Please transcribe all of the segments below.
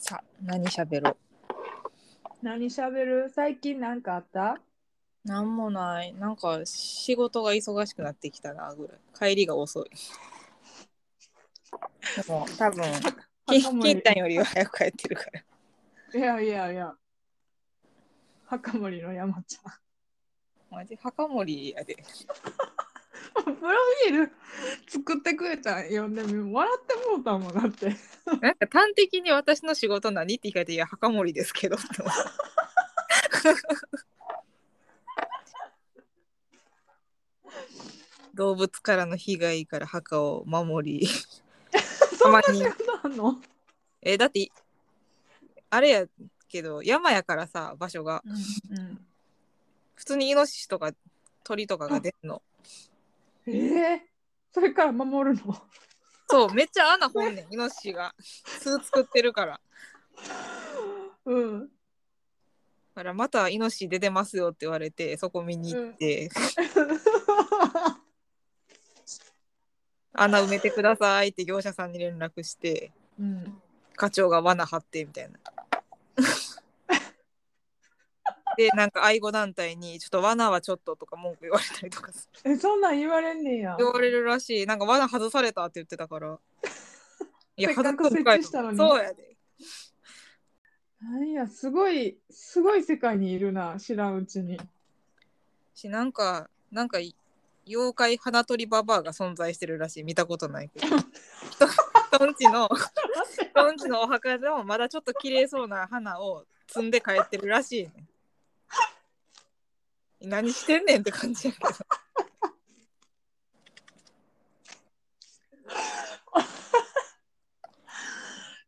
さ何喋ろう何喋る最近なんかあったなんもないなんか仕事が忙しくなってきたなぐらい帰りが遅いでも多分き金ちゃんよりは早く帰ってるからいやいやいや。墓森の山ちマジ墓守やでゃ ん。プロフィール作ってくれたん読んでみ笑ってもうたもんだって。なんか端的に私の仕事何って聞かれていや墓守ですけど って思った動物からの被害から墓を守りそん なたまに仕事あんの、えだってあれやけど山やからさ場所が普通にイノシシとか鳥とかが出るのええそれから守るの そうめっちゃ穴掘んねんイノシシが巣作ってるからうだん。からまたイノシシ出てますよって言われてそこ見に行って、穴埋めてくださいって業者さんに連絡してうん、課長が罠張ってみたいな。でなんか愛護団体に「ちょっと罠はちょっと」とか文句言われたりとかする えそんなん言われんねんや。言われるらしいなんか罠外されたって言ってた からいせっかく外すんかい設置したのにそうやでなんやすごいすごい世界にいるな知らんうちに。 しなんかなんかい妖怪花鳥ババアが存在してるらしい見たことない けど人人んちの人んちのお墓でもまだちょっと綺麗そうな花を摘んで帰ってるらしいねん何してんねんって感じやけど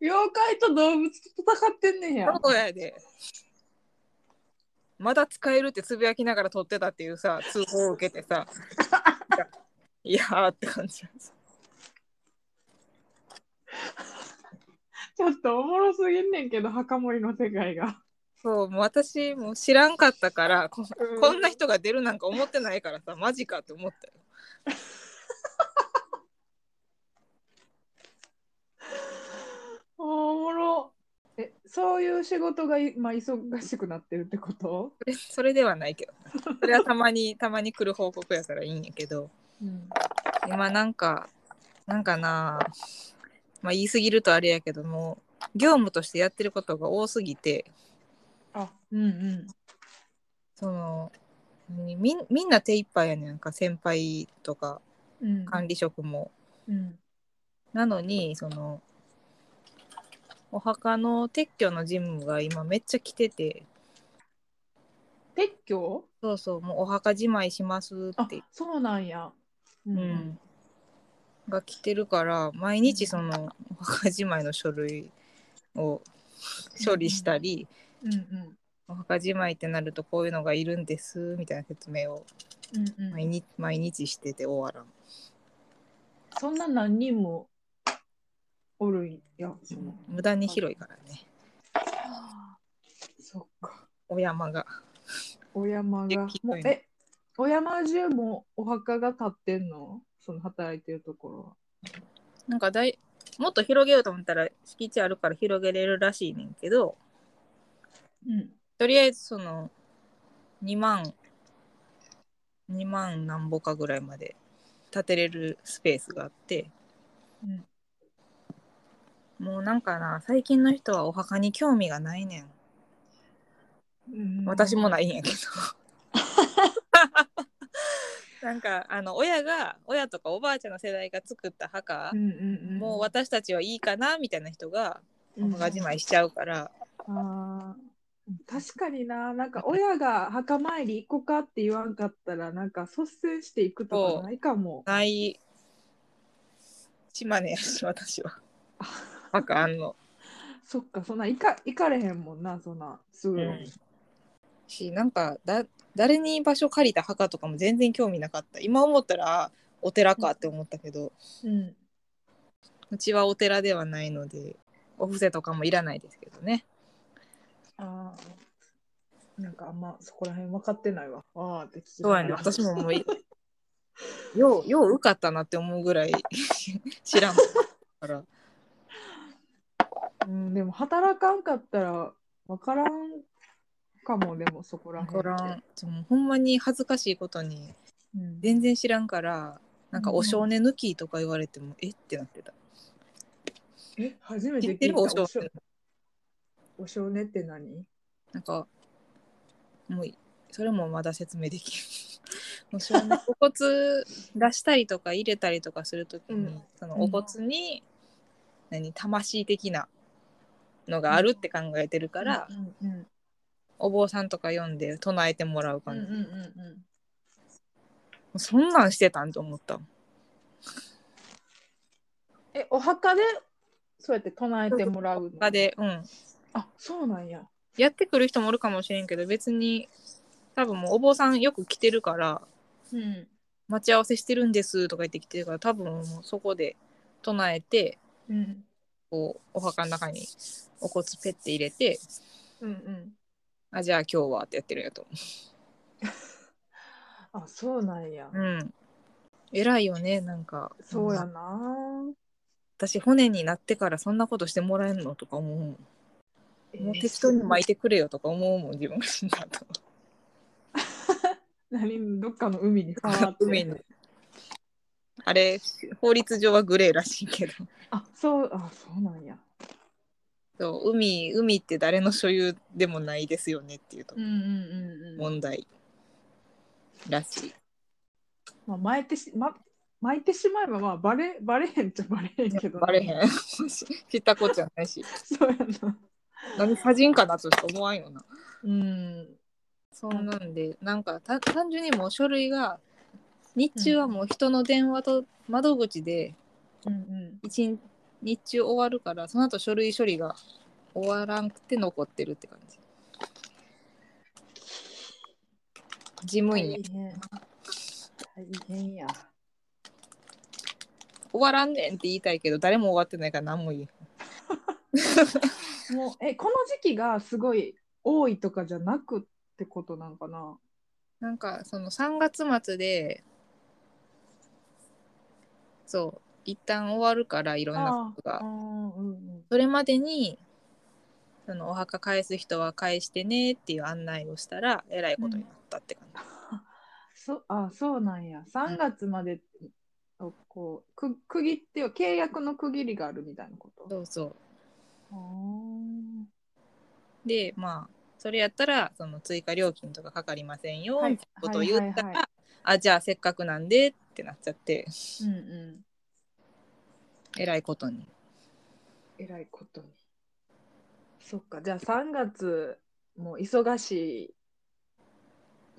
妖怪と動物と戦ってんねんや。そうやでまだ使えるってつぶやきながら撮ってたっていうさ通報を受けてさいやーって感じやちょっとおもろすぎんねんけど墓守の世界が。そうもう私もう知らんかったからこうんこんな人が出るなんか思ってないからさマジかって思ったよおもろ。え、そういう仕事がい、まあ、忙しくなってるってこと、それそれではないけどそれはたまにたまに来る報告やからいいんやけどうん、今なんかなんかなまあ言い過ぎるとあれやけども業務としてやってることが多すぎてあ、うんうん。そのみみんみんな手一杯やねんなんか先輩とかうん管理職もうん。なのにそのお墓の撤去の事務が今めっちゃ来てて撤去そうそうもうお墓じまいしますっあて、そうなんや。ううんん。が来てるから毎日そのお墓じまいの書類を処理したり、うんうん。お墓じまいってなるとこういうのがいるんですみたいな説明をうんう毎ん、日毎日してて終わらん。そんな何人もおるんや。その無駄に広いからねそっか。お山が。お山がで。きもなういえ、お山中もお墓が建ってんのその働いてるところは。なんかだいもっと広げようと思ったら敷地あるから広げれるらしいねんけどうん。とりあえずその2万2万何ぼかぐらいまで建てれるスペースがあってうん、もうなんかな最近の人はお墓に興味がないねんうん私もないんや けどなんかあの親が親とかおばあちゃんの世代が作った墓う、んうんうん、もう私たちはいいかなみたいな人がうんお墓じまいしちゃうから、あー確かにな、なんか親が墓参り行こうかって言わんかったら、なんか率先していくとかないかも。ない島根やし私は墓あんのそっか、そんな行か行かれへんもんな、そんな、すぐ。うんしなんかだ誰に場所借りた墓とかも全然興味なかった今思ったらあお寺かって思ったけど、うんうちはお寺ではないのでお布施とかもいらないですけどねあーなんかあんまそこら辺分かってないわ。ああって聞きそうやね私ももうい ようよう受かったなって思うぐらい知らんからうん、でも働かんかったら分からんかもでもそこらわか辺らってんでもほんまに恥ずかしいことにうん全然知らんからなんか「お少年抜き」とか言われても、えってなってたえ初めて知聞っいてたるお少年お少年って何なんかもうそれもまだ説明できる お少年お骨出したりとか入れたりとかするときに、うんそのお骨に、何魂的なのがあるって考えてるから、うんうんお坊さんとか読んで唱えてもらううんうん感じ、もうんうんうそんなんしてたんと思ったえお墓でそうやって唱えてもらうの他でうんあそうなんややってくる人もおるかもしれんけど別に多分もうお坊さんよく来てるからうん待ち合わせしてるんですとか言って来てるから多分もうそこで唱えてうんこうお墓の中にお骨ペッて入れてうんうんあじゃあ今日はってやってるんやと思あそうなんやううん偉いよねなんかそうやんな私骨になってからそんなことしてもらえんのとか思うもんえもう適当に巻いてくれよとか思うもん自分が死んだと何どっかの海にファーって 海にあれ法律上はグレーらしいけどあそうあそうなんやそう海海って誰の所有でもないですよねっていうとうんうん問題らしいまあ、巻いてし、ま、巻いてしまえば、まあ、バレ、バレへんっちゃバレへんけど。バレへん知ったこっちゃないしそうやな。何殺人かなとしか思わんよなうん。そうなんでなんかた単純にもう書類が日中はもう人の電話と窓口でうんうん。一日日中終わるからその後書類処理が終わらんくて残ってるって感じ事務員や大変。大変や。終わらんねんって言いたいけど誰も終わってないから何も言えんもう、え、この時期がすごい多いとかじゃなくってことなんかな。なんかその3月末でそう一旦終わるからいろんなことあがー、うんうん。それまでにそのお墓返す人は返してねっていう案内をしたらえらいことになったって感じ、そ、あ、そうなんや。三月まで。をこう、く、区切っては、契約の区切りがあるみたいなこと。そうそうあーでまあそれやったらその追加料金とかかかりませんよってことを言ったら、はいはいはいはあじゃあせっかくなんでってなっちゃっていうんうん。えらいことにえらいことに。そっか、じゃあ3月も忙しい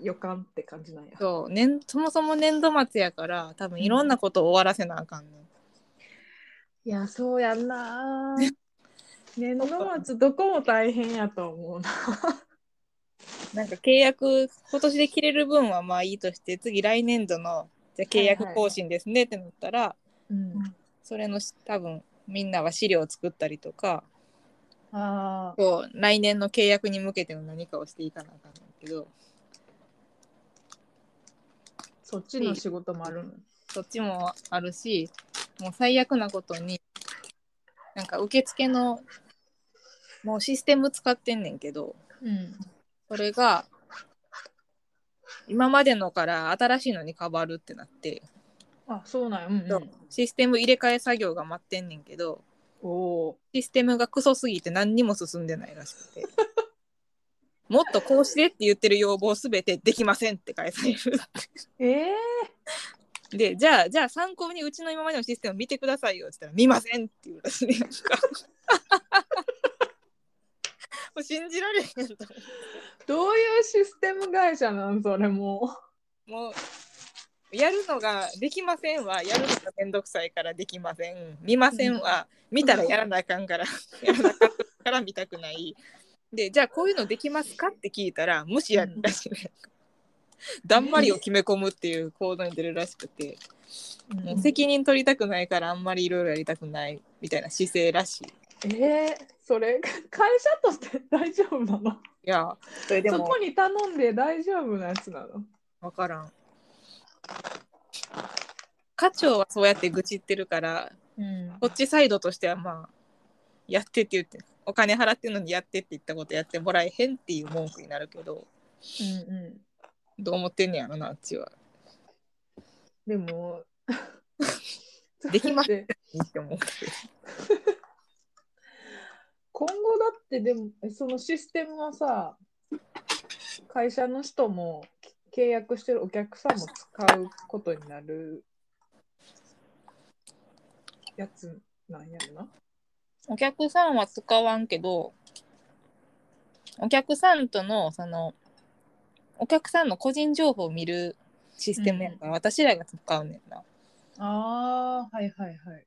予感って感じなんや。そう年そもそも年度末やから多分いろんなことを終わらせなあかんねんいや、そうやん な。年度末どこも大変やと思うな。なんか契約今年で切れる分はまあいいとして次来年度のじゃあ契約更新ですねってなったら、うん、それのし多分みんなは資料を作ったりとかああ、こう来年の契約に向けての何かをしていかなあかんねんけどそっちの仕事もあるの。そっちもあるしもう最悪なことになんか受付のもうシステム使ってんねんけどうん。それが今までのから新しいのに変わるってなって。あ、そうなんや。うん、そうシステム入れ替え作業が待ってんねんけどおおシステムがクソすぎて何にも進んでないらしくてもっとこうしてって言ってる要望すべてできませんって返されるー。ええでじゃあじゃあ参考にうちの今までのシステム見てくださいよって言ったら見ませんって言うらしいねんかもう信じられへんと思ってどういうシステム会社なんそれももうやるのができませんはやるのがめんどくさいからできません見ませんは見たらやらなあかんから やらなあかんから見たくないでじゃあこういうのできますかって聞いたら無視やるらしい、 ねだんまりを決め込むっていう行動に出るらしくて、う。もう責任取りたくないからあんまりいろいろやりたくないみたいな姿勢らしい。いええそれ会社として大丈夫なのやそれでそもこに頼んで大丈夫なやつなの分からん。課長はそうやって愚痴ってるからうんこっちサイドとしてはまあやってって言ってお金払ってんのにやってって言ったことやってもらえへんっていう文句になるけどうんうんどう思ってんねやろなあっちは。でもできまだっていいって思う今後だってでもえそのシステムはさ会社の人も契約してるお客さんも使うことになるやつなんやろなお客さんは使わんけどお客さんとのそのお客さんの個人情報を見るシステムやから、私らが使うねんな。あーはいはいはい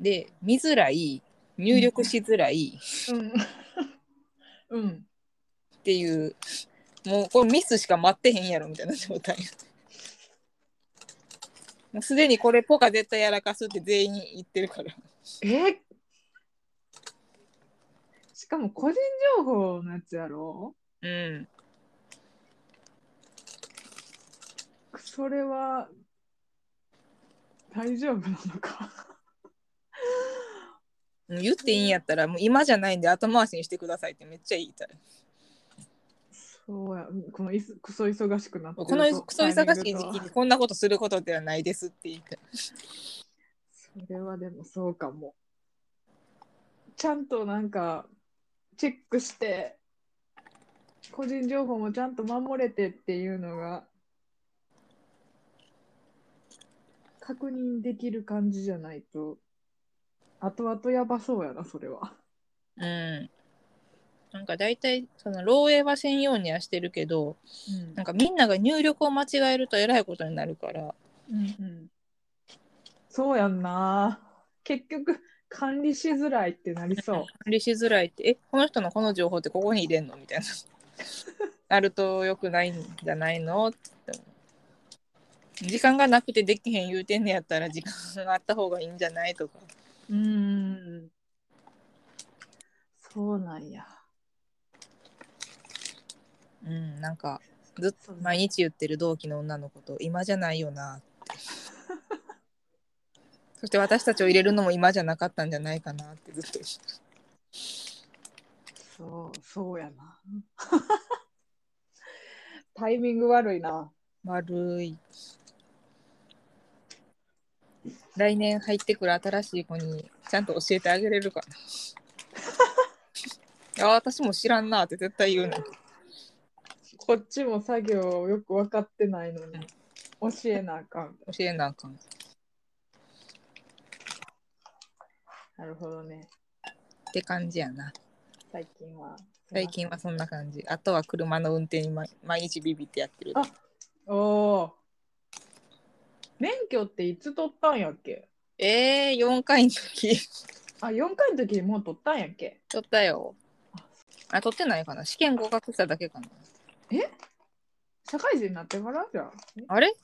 で見づらい入力しづらいうんうんっていう、もうこれミスしか待ってへんやろみたいな状態。もうすでにこれポカ絶対やらかすって全員言ってるから。えしかも個人情報のやつやろうん。それは大丈夫なのか言っていいんやったら、もう今じゃないんで後回しにしてくださいってめっちゃ言いたい。そうやこのいすクソ忙しくなってるこのとクソ忙しいタイミングと時は期にこんなことすることではないですって言って。それはでもそうかも。ちゃんとなんかチェックして個人情報もちゃんと守れてっていうのが確認できる感じじゃないと後々やばそうやなそれは。うん。なんか大体、その漏洩は専用にはしてるけど、なんかみんなが入力を間違えるとえらいことになるから、うんうんそうやんな結局管理しづらいってなりそう。管理しづらいって、え、この人のこの情報ってここに入れんのみたいな。なると良くないんじゃないのって思う時間がなくてできへん言うてんねやったら時間があった方がいいんじゃないとか。うーん。そうなんや。うん、なんかずっと毎日言ってる同期の女の子と今じゃないよなってそして私たちを入れるのも今じゃなかったんじゃないかなってずっとそう、そうやな。 タイミング悪いな。悪い来年入ってくる新しい子にちゃんと教えてあげれるかないや私も知らんなって絶対言うのこっちも作業をよく分かってないのに、教えなあかん。教えなあかんなるほどね。って感じやな最近は。最近はそんな感じあとは車の運転に毎毎日ビビってやってるあおお。免許っていつ取ったんやっけえー、4回の時あ、4回の時にもう取ったんやっけ取ったよ。あ、取ってないかな試験合格しただけかな社会人になってからじゃん。あれ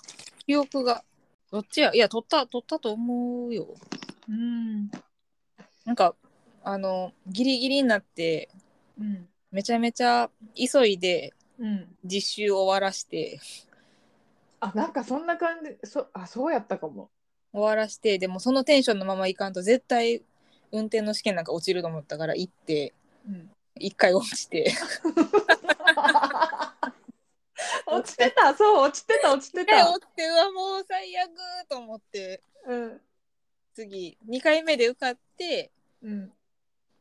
記憶が。どっちやいや、取った、取ったと思うよ。うん。なんか、あの、ギリギリになって、うん。めちゃめちゃ急いでうん。実習終わらして、あ、なんかそんな感じ。そあ、そうやったかも。終わらして、でもそのテンションのままいかんと、絶対運転の試験なんか落ちると思ったから行って、うん。一回落ちて。落ちてた、そう、落ちてた、落ちてで、た。落ちて、うわ、もう最悪と思って、うん。次、2回目で受かって、うん。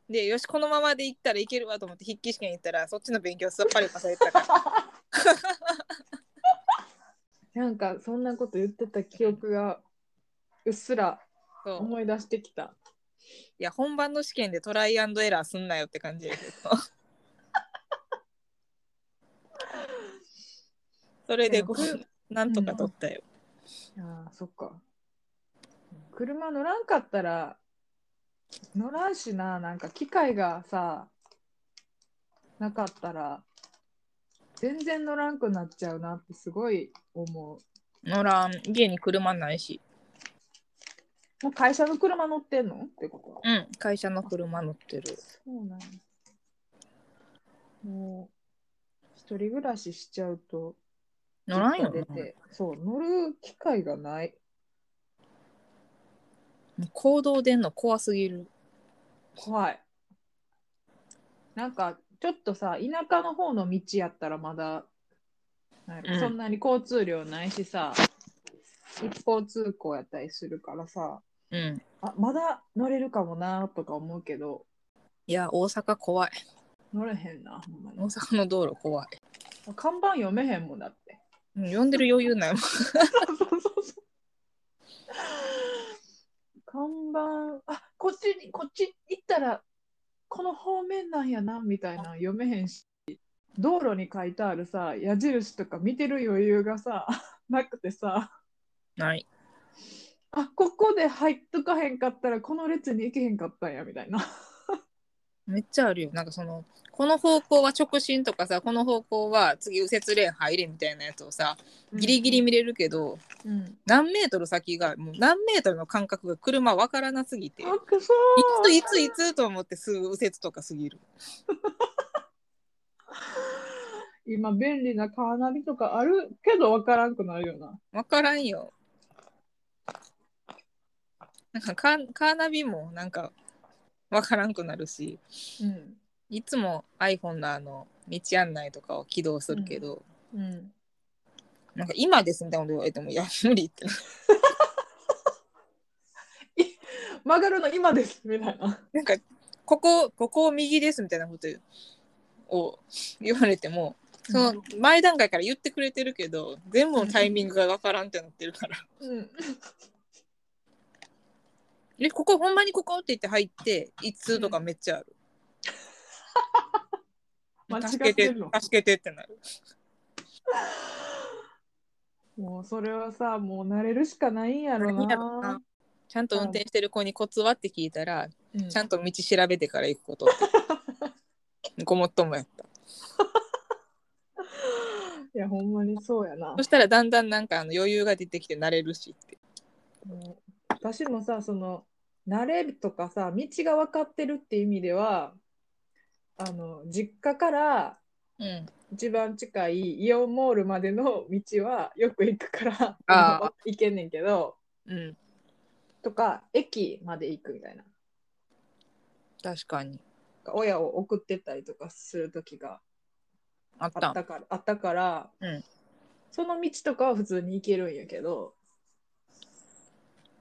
でよしこのままで行ったらいけるわと思って筆記試験行ったらそっちの勉強すっぱりかされてたからなんか、そんなこと言ってた記憶が。うっすらそう思い出してきた。いや本番の試験でトライアンドエラーすんなよって感じやけど それででもごなんとか取ったよ、ああ、そっか。車乗らんかったら。乗らんしな、なんか機械がさ。なかったら。全然乗らんくなっちゃうなってすごい思う。乗らん家に車ないしもう会社の車乗ってんのってことうん会社の車乗ってるそうなんやもう、一人暮らししちゃうと、乗らんよな実家出てそう、乗る機会がない。行動出んの怖すぎる怖い。なんかちょっとさ田舎の方の道やったらまだなんやろうんそんなに交通量ないしさ、一方通行やったりするからさうん。あまだ乗れるかもなとか思うけどいや、大阪怖い。乗れへんなほんま大に阪の道路怖い。看板読めへんもんだってうん、呼んでる余裕ないもん。そうそうそうそう。看板、あこっちに、こっち行ったら、この方面なんやな、みたいなの読めへんし、道路に書いてあるさ、矢印とか見てる余裕がさ、 なくてさ、ない。あここで入っとかへんかったら、この列に行けへんかったんや、みたいな。めっちゃあるよ。なんかその、この方向は直進とかさ、この方向は次右折レーン入れみたいなやつをさ、ギリギリ、見れるけど、うん、何メートル先が、もう何メートルの間隔が車わからなすぎて、いあくそーついついつと思ってすぐ右折とか過ぎる。今、便利なカーナビとかあるけど、わからんくなるよな。わからんよ。なんかカーカーナビもなんかわからんくなるし、うん。いつも iPhone のあの道案内とかを起動するけど、うんなんか今ですみたいなこと言われても、いや、無理ってな。曲がるの今ですみたいな。なんか、ここ、ここを右ですみたいなことを言われても、その前段階から言ってくれてるけど、全部のタイミングがわからんってなってるから。うん、え、ここ、ほんまにここって言って入って、一通とかめっちゃある。間違助っけててるの、助けてってなる。もうそれはさ、もう慣れるしかないんやろ何やろうなな。ちゃんと運転してる子にコツはって聞いたら、うんちゃんと道調べてから行くこと って。ごもっともやった。いや、ほんまにそうやなそ。したらだんだんなんかあの余裕が出てきて慣れるしって。もう私もさ、その、慣れるとかさ、道が分かってるっていう意味では、あの、実家からうん。一番近いイオンモールまでの道はよく行くから、あーあの行けんねんけど、うん。とか、駅まで行くみたいな。確かに。親を送ってったりとかする時があっあたったからあったから、うんその道とかは普通に行けるんやけど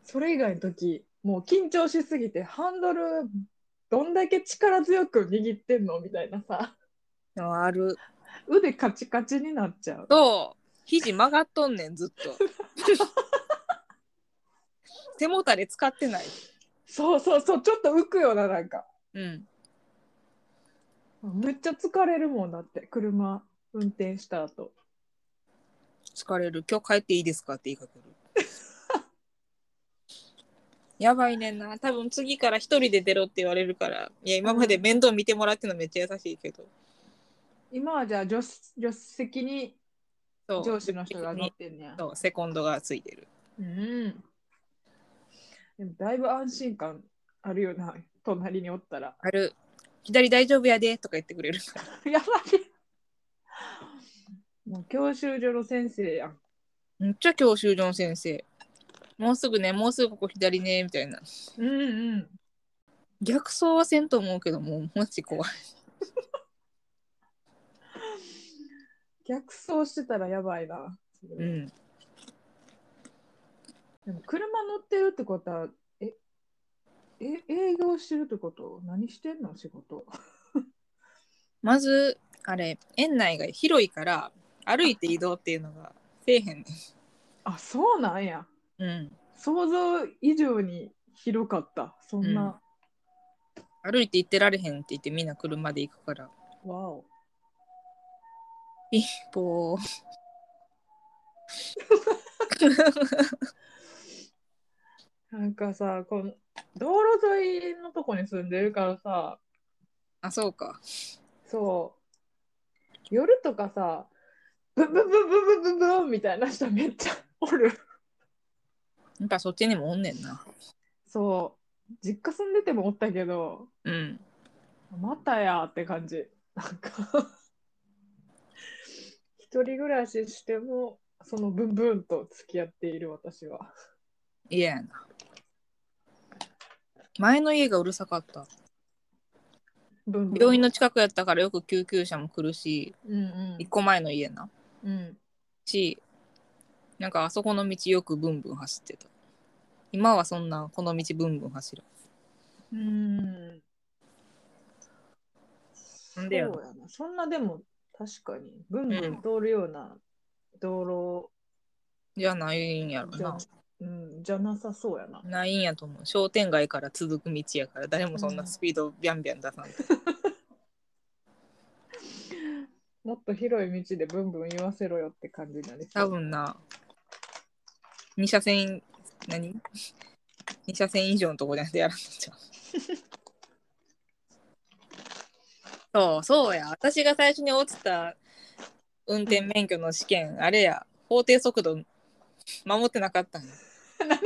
それ以外の時もう緊張しすぎてハンドルどんだけ力強く握ってんのみたいなさあある。腕カチカチになっちゃう。そう。肘曲がっとんねん、ず っと。背もたれ使ってない。そうそうそうちょっと浮くよななんかうん。めっちゃ疲れるもんだって車運転した後疲れる。今日帰っていいですかって言いかける。 やばいねんな。多分次から一人で出ろって言われるから。いや、今まで面倒見てもらってんのめっちゃ優しいけど。今はじゃあ助手助手席にそう。上司の人が乗ってんねやそう、セコンドがついてる。うん。でもだいぶ安心感あるよな、隣におったら。ある。左大丈夫やでとか言ってくれる。 やばい。もう教習所の先生やん。めっちゃ教習所の先生。もうすぐね、もうすぐここ左ね、みたいな。うんうん。逆走はせんと思うけど、もう、マジ怖い。逆走してたらやばいな。うん。でも車乗ってるってことは、え、え営業してるってこと何してんの仕事。まず、あれ、園内が広いから、歩いて移動っていうのがせえへんねあ、そうなんや。ん。うん。想像以上に広かった。そんな。歩いて行ってられへんって言って、みんな車で行くから。わお。ぽー。 なんかさ、この道路沿いのとこに住んでるからさ、あ、そうか。そう。夜とかさ、ブンブンブンブンブンブンブンみたいな人めっちゃおる。やっぱそっちにもおんねんな。そう。実家住んでてもおったけど、うん。またやーって感じ。なんか。一人暮らししても、そのブンブンと付き合っている私は。嫌やな。前の家がうるさかった。ブンブン病院の近くやったからよく救急車も来るしうん1個前の家なうんうんしなんかあそこの道よくブンブン走ってた今はそんなこの道ブンブン走るうーんなんでやろそうやなそんなでも確かにブンブン通るような道じゃないんやろ路じゃ,、なうん、じゃなさそうやな。ないんやと思う商店街から続く道やから誰もそんなスピードビャンビャン出さんと、もっと広い道でブンブン言わせろよって感じになりそ多う。分な2車線何2車線以上のとこじゃなくてやらんとちゃうそうそうや私が最初に落ちた運転免許の試験、あれや法定速度守ってなかったんや何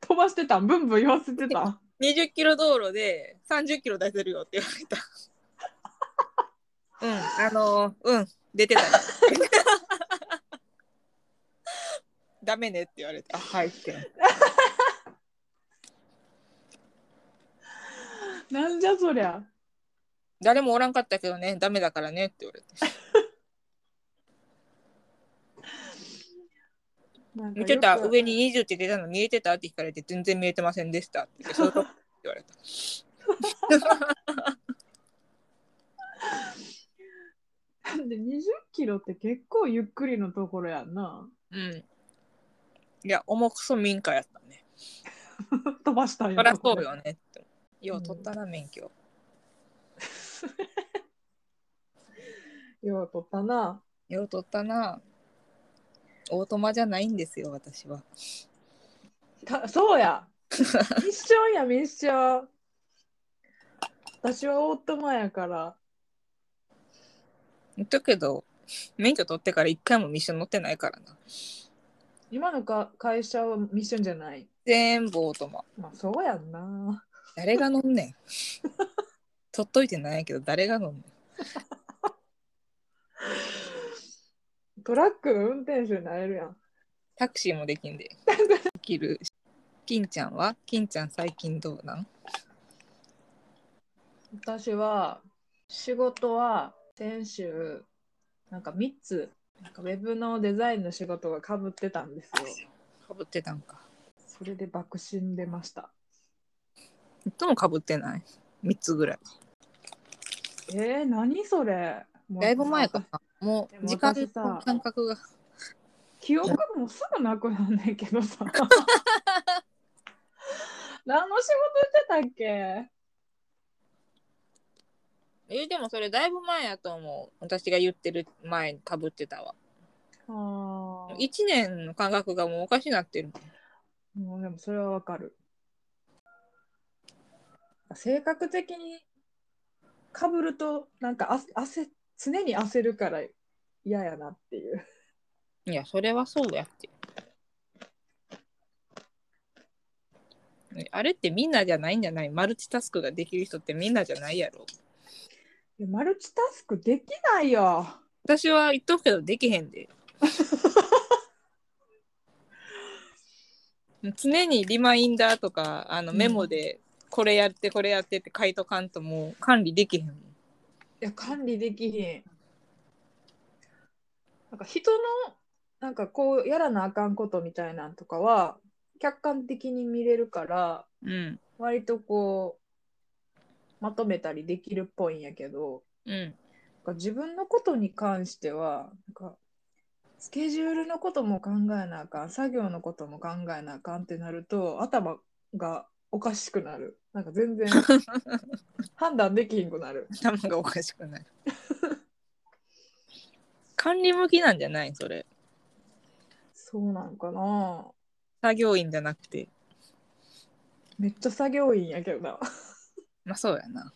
飛ばしてたんブンブン言わせてた ん20キロ道路で30キロ出せるよって言われた。うん、あのーうん、出てたよ。ダメねって言われて、あ、はい って。なんじゃそりゃ。誰もおらんかったけどね、ダメだからねって言われて。なん か見てたよく上に20って出たの見えてたって聞かれて、全然見えてませんでしたって 言って、そういうことって言われた。で20キロって結構ゆっくりのところやんな。うん。いや、重くそ民家やったね。飛ばしたんやそりゃそうよねって。よう取ったな、免許。よう取ったな。よう取ったな。オートマじゃないんですよ、私は。たそ うや一緒や一緒私はオートマやから言っとくけど、免許取ってから一回もミッション乗ってないからな。今のか会社はミッションじゃない全部オートマ。まあそうやんな誰が乗んね ん。取っといてないけど、誰が乗んねん。トラックの運転手になれるやんタクシーもできんで。できる。金ちゃんは金ちゃん最近どうなん私は仕事は先週なんか3つなんかウェブのデザインの仕事がかぶってたんですよかぶってたんか。それで爆心出ましたいつもかぶってない ?3 つぐらい。えー、何それもうだいぶ前かな。もでうも時間私さの感覚が。記憶もすぐなくなんねんけどさ 何の仕事してたっけえ、でもそれだいぶ前やと思う。私が言ってる前にかぶってたわ。あーも1年の感覚がもうおかしになってるもん。うでもそれはわかる性格的にかぶるとなんかあ焦常に焦るから嫌やなっていういや、それはそうやって。えあれってみんなじゃないんじゃないマルチタスクができる人ってみんなじゃないやろいやマルチタスクできないよ私は言っとくけどできへん で。常にリマインダーとかあのメモでこれやってこれやってって書いとかんともう管理できへんもん。いや管理できひん。なんか人のなんかこうやらなあかんことみたいなんとかは客観的に見れるからうん。割とこうまとめたりできるっぽいんやけどうん。なんか自分のことに関してはなんかスケジュールのことも考えなあかん作業のことも考えなあかんってなると頭がおかしくなるなんか全然判断できひんくなる。頭がおかしくなる。管理向きなんじゃないそれ。そうなんかな作業員じゃなくて。めっちゃ作業員やけどな。 まあそうや な。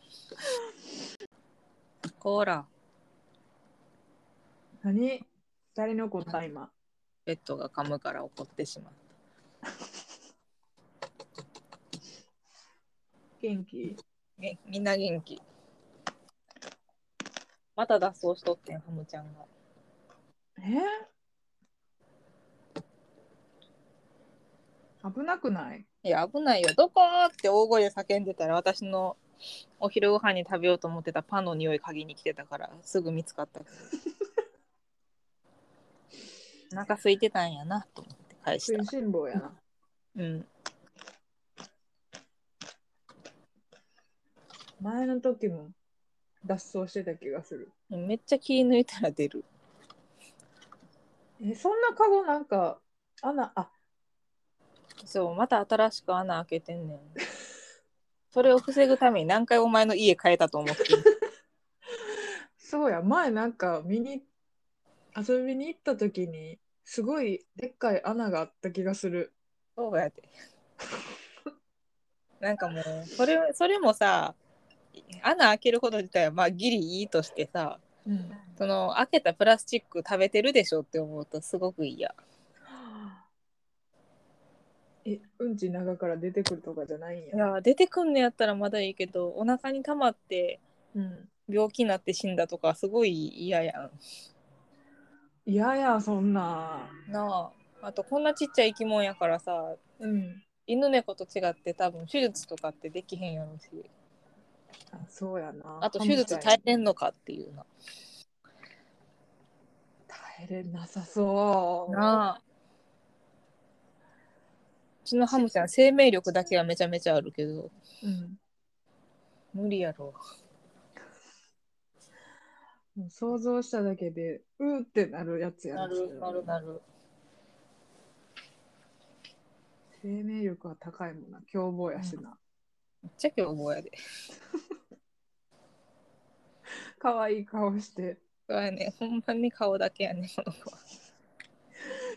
こら、何誰に怒った今。ペットが噛むから怒ってしまう。元気ね、みんな元気。また脱走しとってん、ハムちゃんが。え危なくないいや、危ないよ。どこーって大声で叫んでたら、私のお昼ご飯に食べようと思ってたパンの匂い嗅ぎに来てたからすぐ見つか ったけどお腹空いてたんやなと思って返し食たいしん坊やな。うん前の時も脱走してた気がする。めっちゃ気抜いたら出るえ、そんなカゴなんか、穴、あ、そうまた新しく穴開けて んねんそれを防ぐために何回お前の家変えたと思ってんそうや、前なんか見に、遊びに行った時に、すごいでっかい穴があった気がする。そうやで。 なんかもうそれそれもさ穴開けること自体はまあギリいいとしてさうん。その開けたプラスチック食べてるでしょって思うとすごく嫌え、うんちの中から出てくるとかじゃないんいや。や出てくんのやったらまだいいけどお腹に溜まってうん。病気になって死んだとかすごい嫌やいやいや、そんな。んなああとこんなちっちゃい生き物やからさうん。犬猫と違って多分手術とかってできへんやろしあそうやな。あと手術ハム耐みえれんのかっていうなたいに耐えれなさそう。なあ。うちのハムちゃん、生命力だけはめちゃめちゃあるけど、うん。無理やろ。もう想像しただけで、うーってなるやつやなるなるなる。生命力は高いもんな。凶暴やしな。めっちゃ凶暴やで。可愛い顔して。そうやね、ほんまに顔だけやね、この子は。い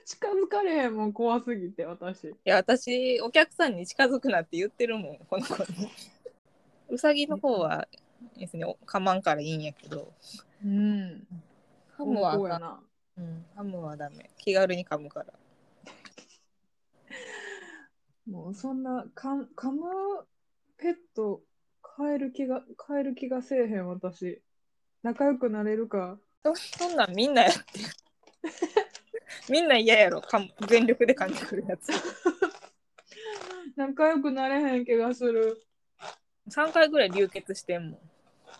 近づかれへんもん、怖すぎて、私。や、私、お客さんに近づくなって言ってるもん、この子に。うさぎの方は、別にかまんからいいんやけど、うん。ハムはあこうかやん、な。うん、ハムはダメ。気軽に噛むから。もうそんな、かん噛むペット、飼える気が、飼える気がせえへん、私。仲良くなれるか。そそんなんみんなやって る。みんな嫌やろ、噛む全力で噛んでくるやつ。仲良くなれへん気がする。 3回ぐらい流血してんもん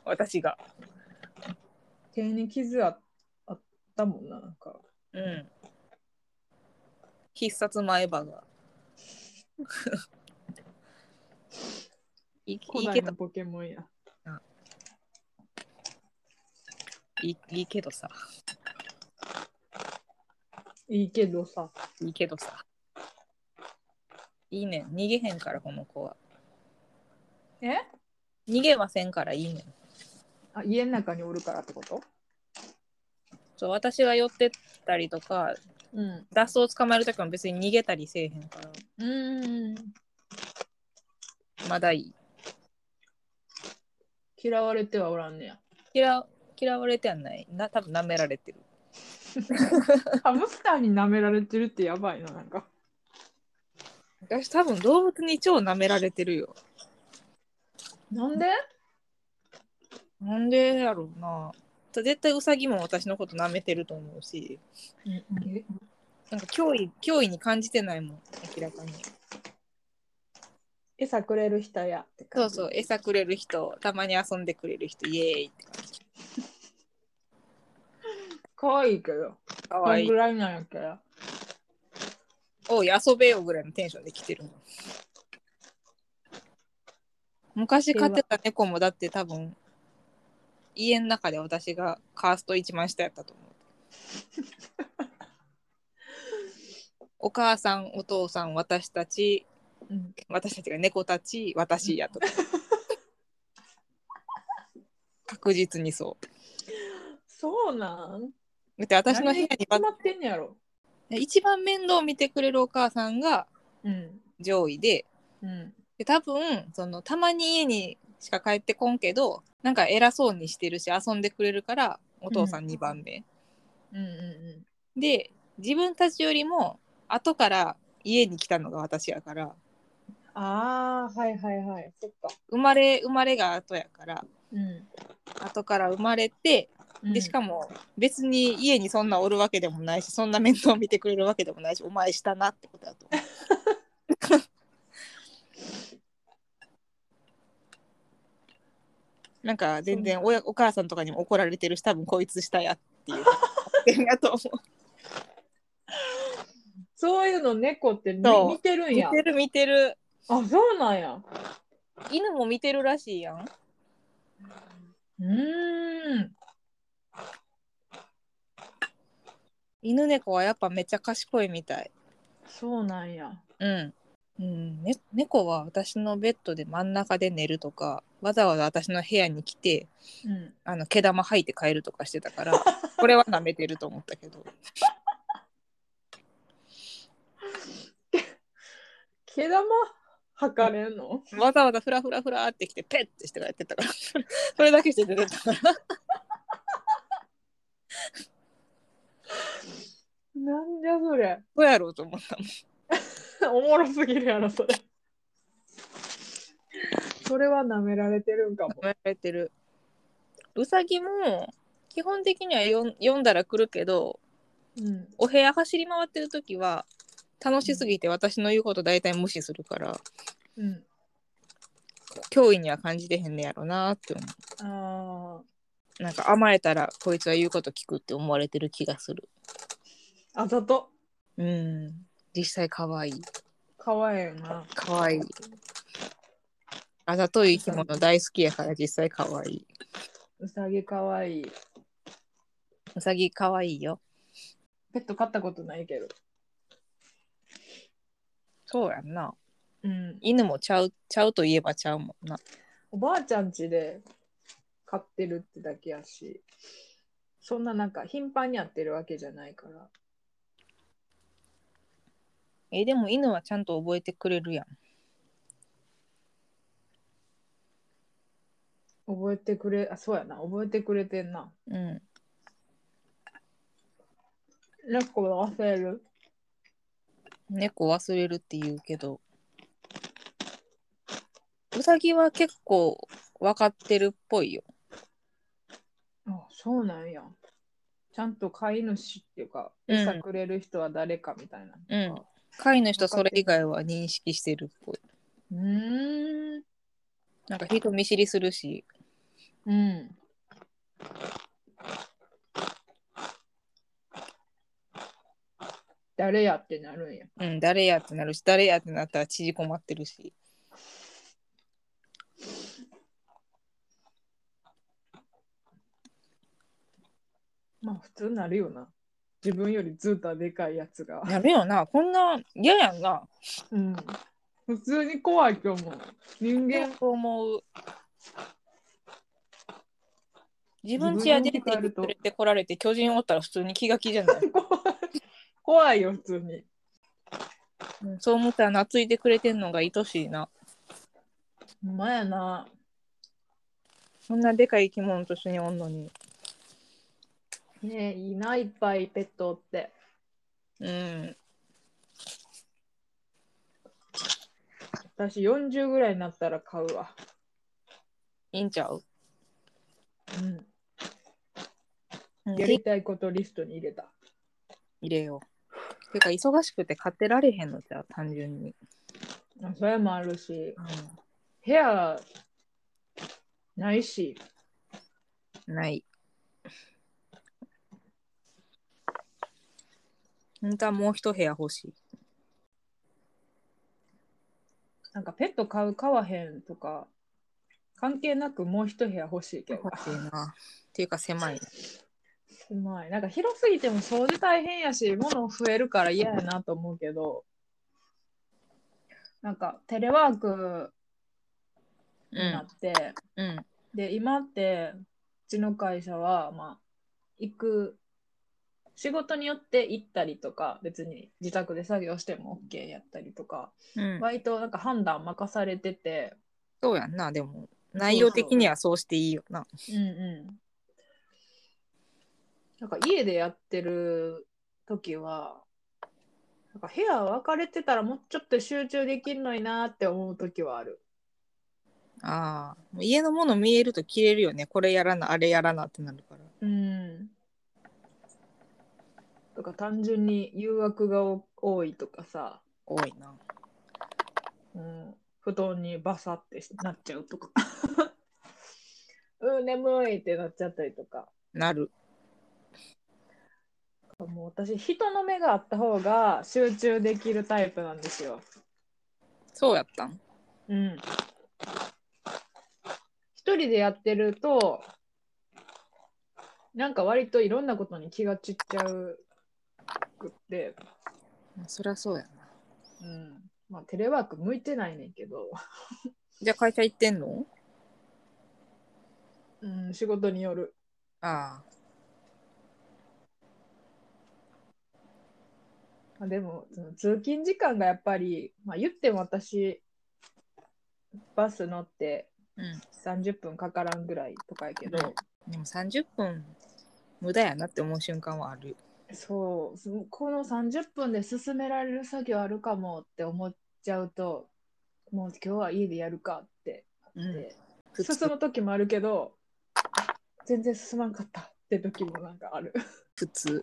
私が手に傷ああったもんな、なんか。うん必殺前歯がいい古け代どのポケモンや。いいいいけどさいいけどさ。いいけどさいいねん逃げへんからこの子はえ逃げませんからいいねんあ、家の中におるからってことそう私が寄ってったりとかうん。脱走を捕まえるときも別に逃げたりせえへんからうん。まだいい嫌われてはおらんねや。嫌嫌われてはないな多分舐められてるハムスターに舐められてるってやばいな、なんか。私多分動物に超舐められてるよなんでなんでやろうな。絶対ウサギも私のこと舐めてると思うし、えなんか脅威脅威に感じてないもん、明らかに。餌くれる人やってそ感うじそう、餌くれる人、たまに遊んでくれる人、イエーイって感じ。かわいいけど。かそわいんいぐ。らいなんやけど。おい、遊べよぐらいのテンションで来てるもん昔飼ってた猫もだって多分、家の中で私がカースト一番下やったと思う。お母さん、お父さん、私たち、うん、私たちが猫たち私やと確実にそうそうなんだって私の部屋にば何決まってんねやろ。一番面倒を見てくれるお母さんがうん。上位でうん。で多分そのたまに家にしか帰ってこんけどなんか偉そうにしてるし遊んでくれるからお父さん2番目、うんうで自分たちよりも後から家に来たのが私やからん。ああ、はいはいはい。そっか。生まれ生まれが後やからうん。後から生まれてでしかも別に家にそんなおるわけでもないしそんな面倒見てくれるわけでもないしお前したなってことだと思うなんか全然おやお母さんとかにも怒られてるし多分こいつしたやっていうやと思うそういうの猫って、ね、そう見てるん見や。てる見てるあ、そうなんや。犬も見てるらしいやんうーん。犬猫はやっぱめっちゃ賢いみたいそうなんや。うん、うんね、猫は私のベッドで真ん中で寝るとかわざわざ私の部屋に来てうん。あの毛玉吐いて帰るとかしてたから これは舐めてると思ったけど毛玉 吐かれんのわざわざフラフラフラってきてペッてして帰ってったから それだけして出てったからなんじゃそれ。どうやろうと思ったもん おもろすぎるやろ、それ。それは舐められてるんかも。舐められてるうさぎも基本的にはよん読んだら来るけどうん。お部屋走り回ってる時は楽しすぎて私の言うこと大体無視するからうん。脅威には感じてへんねやろなって思うあなんか甘えたらこいつは言うこと聞くって思われてる気がする。あ。あざと。うん。実際可愛い。かわいいよな。可愛い。あざとい生き物大好きやから実際可愛い。うさぎかわいい。うさぎ可愛いよ。ペット飼ったことないけど。そうやんな。うん。犬もちゃう、ちゃうといえばちゃうもんな。おばあちゃん家で飼ってるってだけやし、そんななんか頻繁に会ってるわけじゃないから。え、でも犬はちゃんと覚えてくれるやん。覚えてくれ、あ、そうやな。覚えてくれてんな。うん。猫の忘れる猫忘れるって言うけど。うさぎは結構分かってるっぽいよ。あ、そうなんや。ちゃんと飼い主っていうか、うん餌くれる人は誰かみたいな。うん飼い主とそれ以外は認識してるっぽい。うーん。なんか人見知りするし、うん。誰やってなるんや。うん、誰やってなるし、誰やってなったら縮こまってるし。まあ普通なるよな。自分よりずっとでかいやつが。やるよな、こんな嫌やんな。うん。普通に怖いと思う。人間と思う。自分家や出て自分の家帰る連とれてこられて巨人おったら普通に気が気じ ゃない、怖い。怖いよ、普通に。うんそう思ったら懐いてくれてんのが愛しいな。ほんまやな。そんなでかい生き物と一緒におんのに。ねえ、いいな、いっぱいペットって。うん。私40ぐらいになったら買うわ。いいんちゃう、うん。うん、や入りたいことリストに入れた。れよう。てか忙しくて買ってられへんのじゃう単純に。あそれもあるし、うん部屋ないし、ない。本当はもう一部屋欲しい。なんかペット買う、買わへんとか、関係なくもう一部屋欲しいけど欲。しいな。っていうか狭いな。うまい。なんか広すぎても掃除大変やし、物増えるから嫌やなと思うけど、なんかテレワークになって、うん。うん。で、今って、うちの会社は、まあ、行く、仕事によって行ったりとか、別に自宅で作業しても OK やったりとか、うん、割となんか判断任されてて、そうやんな。でも、内容的にはそうしていいよな。うんうん。なんか家でやってる時は、なんか部屋分かれてたらもうちょっと集中できんのになーって思う時はある。ああ。もう家のもの見えると切れるよね。これやらな、あれやらなってなるから。うん。とか単純に誘惑がお多いとかさ、多いな。うん、布団にバサってなっちゃうとか。うん、眠いってなっちゃったりとか。なる。もう私、人の目があった方が集中できるタイプなんですよ。そうやったんうん。一人でやってると、なんか割といろんなことに気が散っちゃうくって、まあそりゃそうやな。うん。まあ、テレワーク向いてないねんけど、じゃあ会社行ってんのうん、仕事による。ああ。まあ、でも、その通勤時間がやっぱり、まあ、言っても私、バス乗ってうん。 30分かからんぐらいとかやけど、でも30分無駄やなって思う瞬間はある。そうそのこの30分で進められる作業あるかもって思っちゃうともう今日は家でやるかって、うで。普通進む時もあるけど全然進まんかったって時もなんかある 普 通。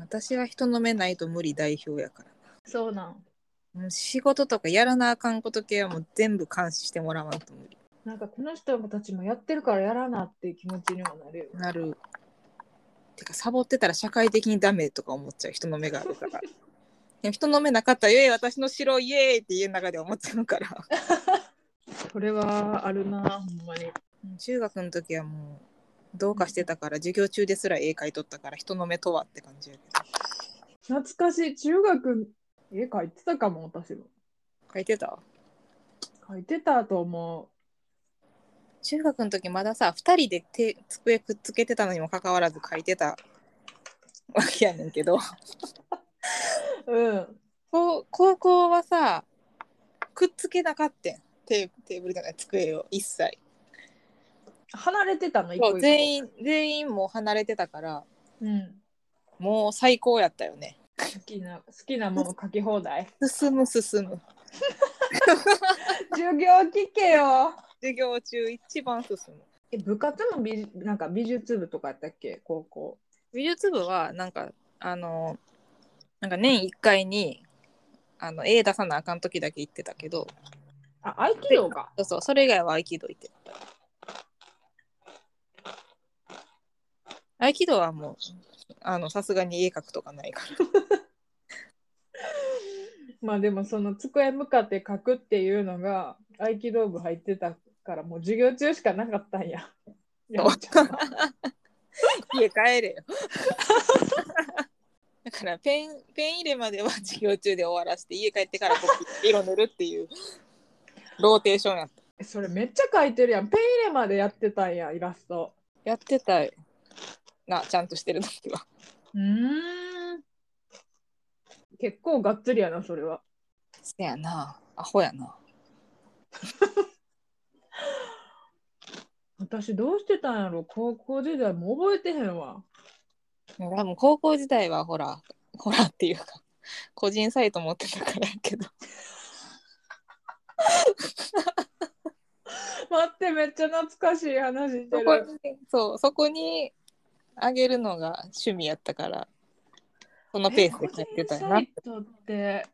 私は人の目ないと無理代表やから。そうなんもう仕事とかやらなあかんこと系はもう全部監視してもらわんと無理。なんかこの人たちもやってるからやらなっていう気持ちにもなるよなる。てかサボってたら社会的にダメとか思っちゃう人の目があるから。でも人の目なかったら、イエーイ私の城イエーイって家の中で思っちゃうから。それはあるなほんまに中学の時はもうどうかしてたから授業中ですら絵描いとったから人の目とはって感じやけど懐かしい中学絵描いてたかも私も描いてた描いてたと思中学の時まださ2人で手机くっつけてたのにもかかわらず描いてたわけやねんけどううんこう高校はさくっつけなかってんテーテーブルじゃない机を一切離れてたの一個そ一う個全員全員もう離れてたからうんもう最高やったよね好きな好きなもの書き放題。進む進む 授業聞けよ。授業中一番進むえ部活も美なんか美術部とかやったっけ高校。美術部はなんかあのなんか年1回にあの絵出さなあかん時だけ行ってたけどあ合気道か。そうそうそれ以外は合気道行ってた合気道はもうあのさすがに絵描くとかないからまあでもその机向かって書くっていうのが合気道部入ってたからもう授業中しかなかったんや。やっちゃう家帰れよ だからペンペン入れまでは授業中で終わらせて家帰ってからこう色塗るっていうローテーションやったそれめっちゃ書いてるやん。ペン入れまでやってたんやイラスト。やってたなちゃんとしてる時はうん。結構がっつりやなそれは。せやな、アホやな。私どうしてたんやろ高校時代もう覚えてへんわ。多分高校時代はほら、ほらっていうか、個人サイト持ってたからやけど。待ってめっちゃ懐かしい話してそこる。に、そう、そこにあげるのが趣味やったから、そのペースで帰ってたよなえ。個人サイトって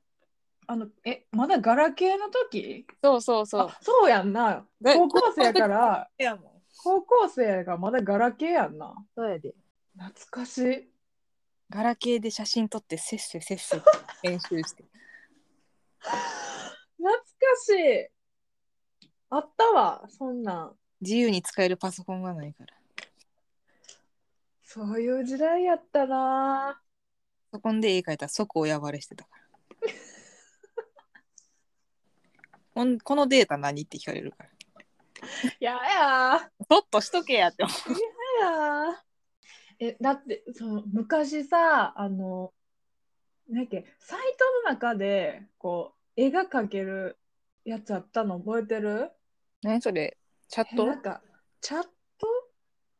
あのえまだガラケーの時そうそうそうあ。そうやんなだ高校生 やからやもん。高校生がまだガラケーやんなそうやで。懐かしいガラケーで写真撮ってせっせせっせ練習 して。懐かしいあったわそんなん自由に使えるパソコンがないから。そういう時代やったなパソコンで絵描いたら即親バレしてた から。こんこのデータ何って聞かれるから。ややそっとしとけやって思ーやーえだってその昔さあのなんやっけサイトの中でこう絵が描けるやつあったの覚えてるう。何それチャッえトなんかチャット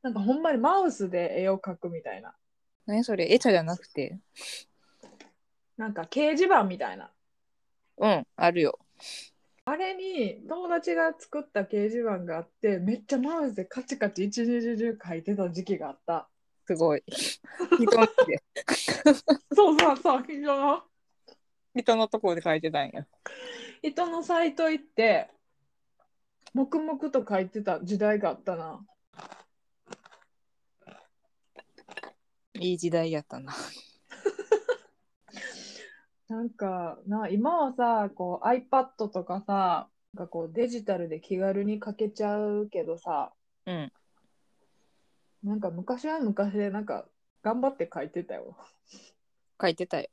なんかほんまにマウスで絵を描くみたいな何それエチャじゃなくてなんか掲示板みたいなうん、あるよ。あれに友達が作った掲示板があってめっちゃマウスでカチカチ一日中描いてた時期があった すごい。人の手でそうそうそう非常人のところで書いてたんや。人のサイト行って黙々と書いてた時代があったないい時代やったな。なんかな今はさこう iPad とかさなんかこうデジタルで気軽に書けちゃうけどさうん。なんか昔は昔でなんか頑張って書いてたよ書いてたよ。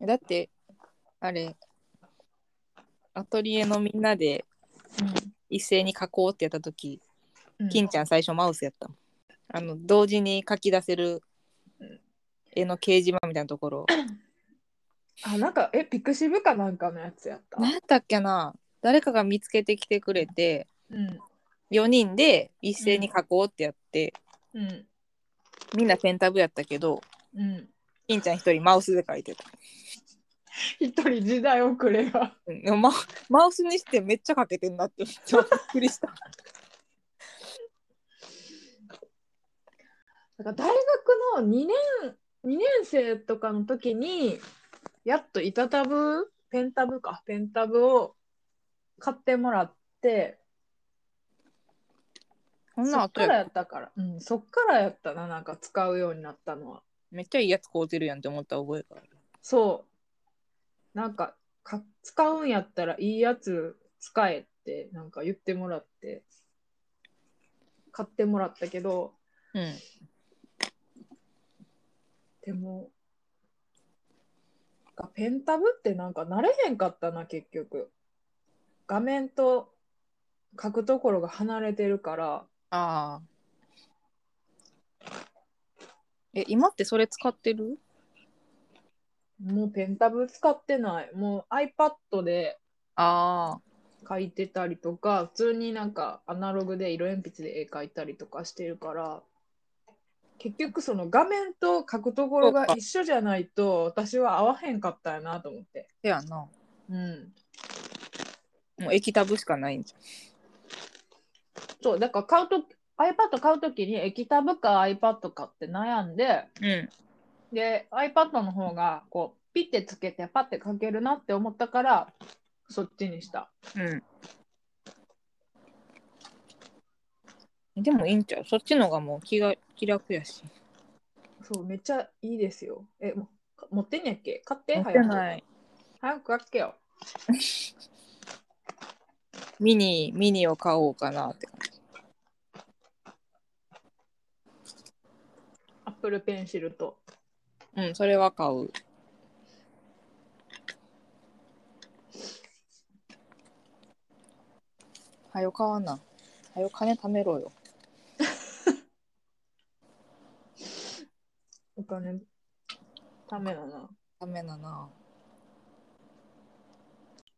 だって、あれ、アトリエのみんなで一斉に書こうってやった時、うん金ちゃん最初マウスやったもん。あの、同時に書き出せるうん絵の掲示板みたいなところ。あなんかえピクシブかなんかのやつやったなんだっけな誰かが見つけてきてくれて、うん4人で一斉に書こうってやって、うんみんなペンタブやったけど、うん金ちゃん一人マウスで書いてた。一人時代遅れがうんでもママウスにしてめっちゃかけてんなってめっちゃびっくりした。なんか大学の2年二年生とかの時にやっと板タブペンタブかペンタブを買ってもらって そんそなんあっったかよらやったから、うん、そっからやったななんか使うようになったのはめっちゃいいやつ買うてるやんって思った覚えがある。そうなんかか使うんやったらいいやつ使えってなんか言ってもらって買ってもらったけどうん。でもなんかペンタブってなんか慣れへんかったな結局画面と書くところが離れてるからああ。え、今ってそれ使ってるもうペンタブ使ってないもう iPad でああ。書いてたりとか普通になんかアナログで色鉛筆で絵描いたりとかしてるから結局その画面と書くところが一緒じゃないと私は合わへんかったよなと思ってせやな。うんもう液タブしかないんじそうだから買うと iPad 買うときに液タブか iPad かって悩んでゃん。うん。で iPad の方がこうピッてつけてパッて書けるなって思ったからそっちにしたうん。でもいいんちゃうそっちのがもう気が気楽やし。そうめっちゃいいですよえも持ってんやっけ買って持って早くない。早く書けよミニ、ミニを買おうかなって感じ。アップルペンシルと。うん、それは買う。はよ買わな。はよ金貯めろよ。お金ためだな。ダメだな。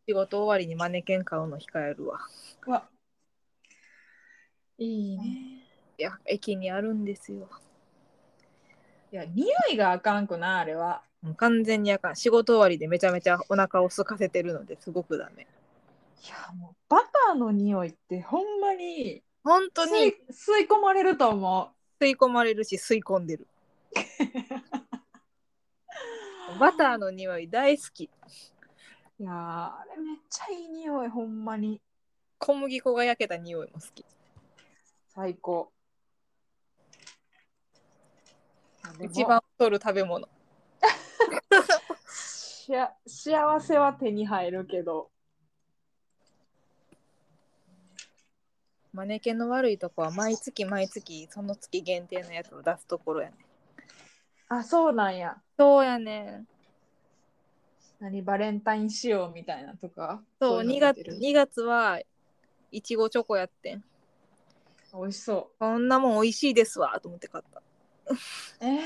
仕事終わりにマネケン買うの控えるわ。わいいね。いや、駅にあるんですよ。いや、匂いがあかんくな、あれは。もう完全にあかん。仕事終わりでめちゃめちゃお腹を空かせてるのですごくダメ。いや、もうバターの匂いってほんまに本当吸にい吸い込まれると思吸い込まれるし吸い込ん でる。バターの匂い大好き。う。いやー、あれめっちゃいい匂い、ほんまに。小麦粉が焼けた匂いも好き。最高。一番取る食べ物。しあ幸せは手に入るけど。マネケンの悪いとこは毎月毎月その月限定のやつを出すところやねん。あ、そうなんや。そうやねん。何バレンタイン仕様みたいなとか。そうい2の月出てる2月はいちごチョコやってん。美味しそこんなもん美味しいですわと思って買った。う。えー、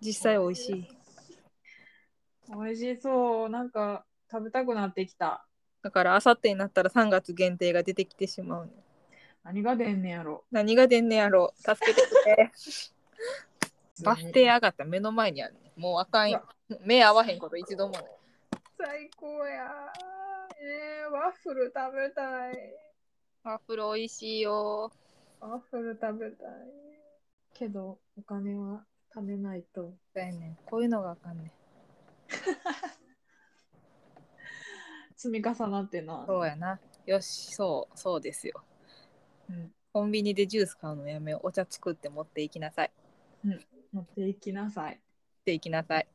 実際美味しい。美味しそう。なんか食べたくなってきた。だからあさってになったら3月限定が出てきてしまうねん。何が出んねやろ。何が出んねやろ助けてく れ。バス停上がった目の前にあるねもうあかんよ。目合わへんこと一度もない。最高や。えー、ワッフル食べたい。ワッフル美味しいよ。ワッフル食べたい。けど、お金は貯めないと。だよね。こういうのがあかんね。積み重なってな。そうやな。よし、そう、そうですよ。うんコンビニでジュース買うのやめよう。お茶作って持っていきなさい。持持っていきなさい。っていきなさい。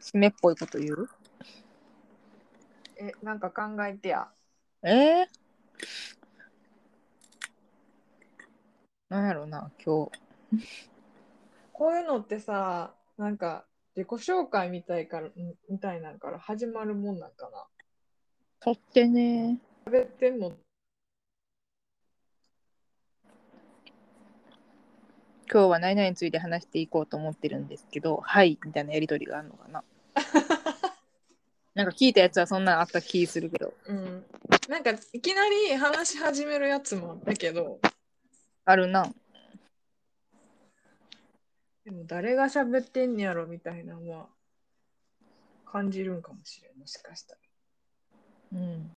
締めっぽいこと言うえ、なんか考えてや。えー、なんやろな、今日。こういうのってさ、なんか自己紹介みたいから、んみたいなんから始まるもんなんかな。取ってね。でも、今日は何々について話していこうと思ってるんですけど、はい、みたいなやりとりがあるのか な。なんか聞いたやつはそんなんあった気するけど、うん。なんかいきなり話し始めるやつもあったけど、あるな。でも誰が喋ってんねやろみたいなのは感じるんかもしれん、もしかしたら。うん。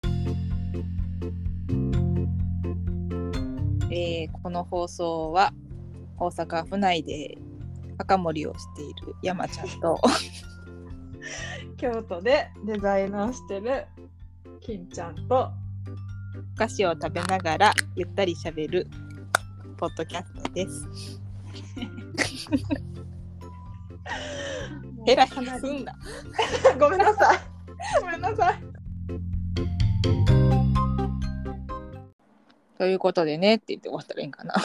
えーこの放送は大阪府内で赤森をしている山ちゃん と京都でデザイナーしてる金ちゃんとお菓子を食べながらゆったりしゃべるポッドキャストです。えらい話すんな。ごめんなさい。ごめんなさい。ということでねって言って終わったらいいん かな。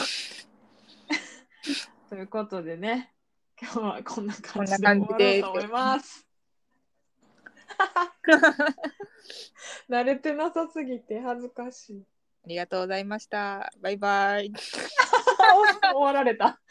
ということでね、今日はこんな感じでこんな感じ終わろでうと思います。慣れてなさすぎて恥ずかしい。 ありがとうございました。バイバイ。終わられた。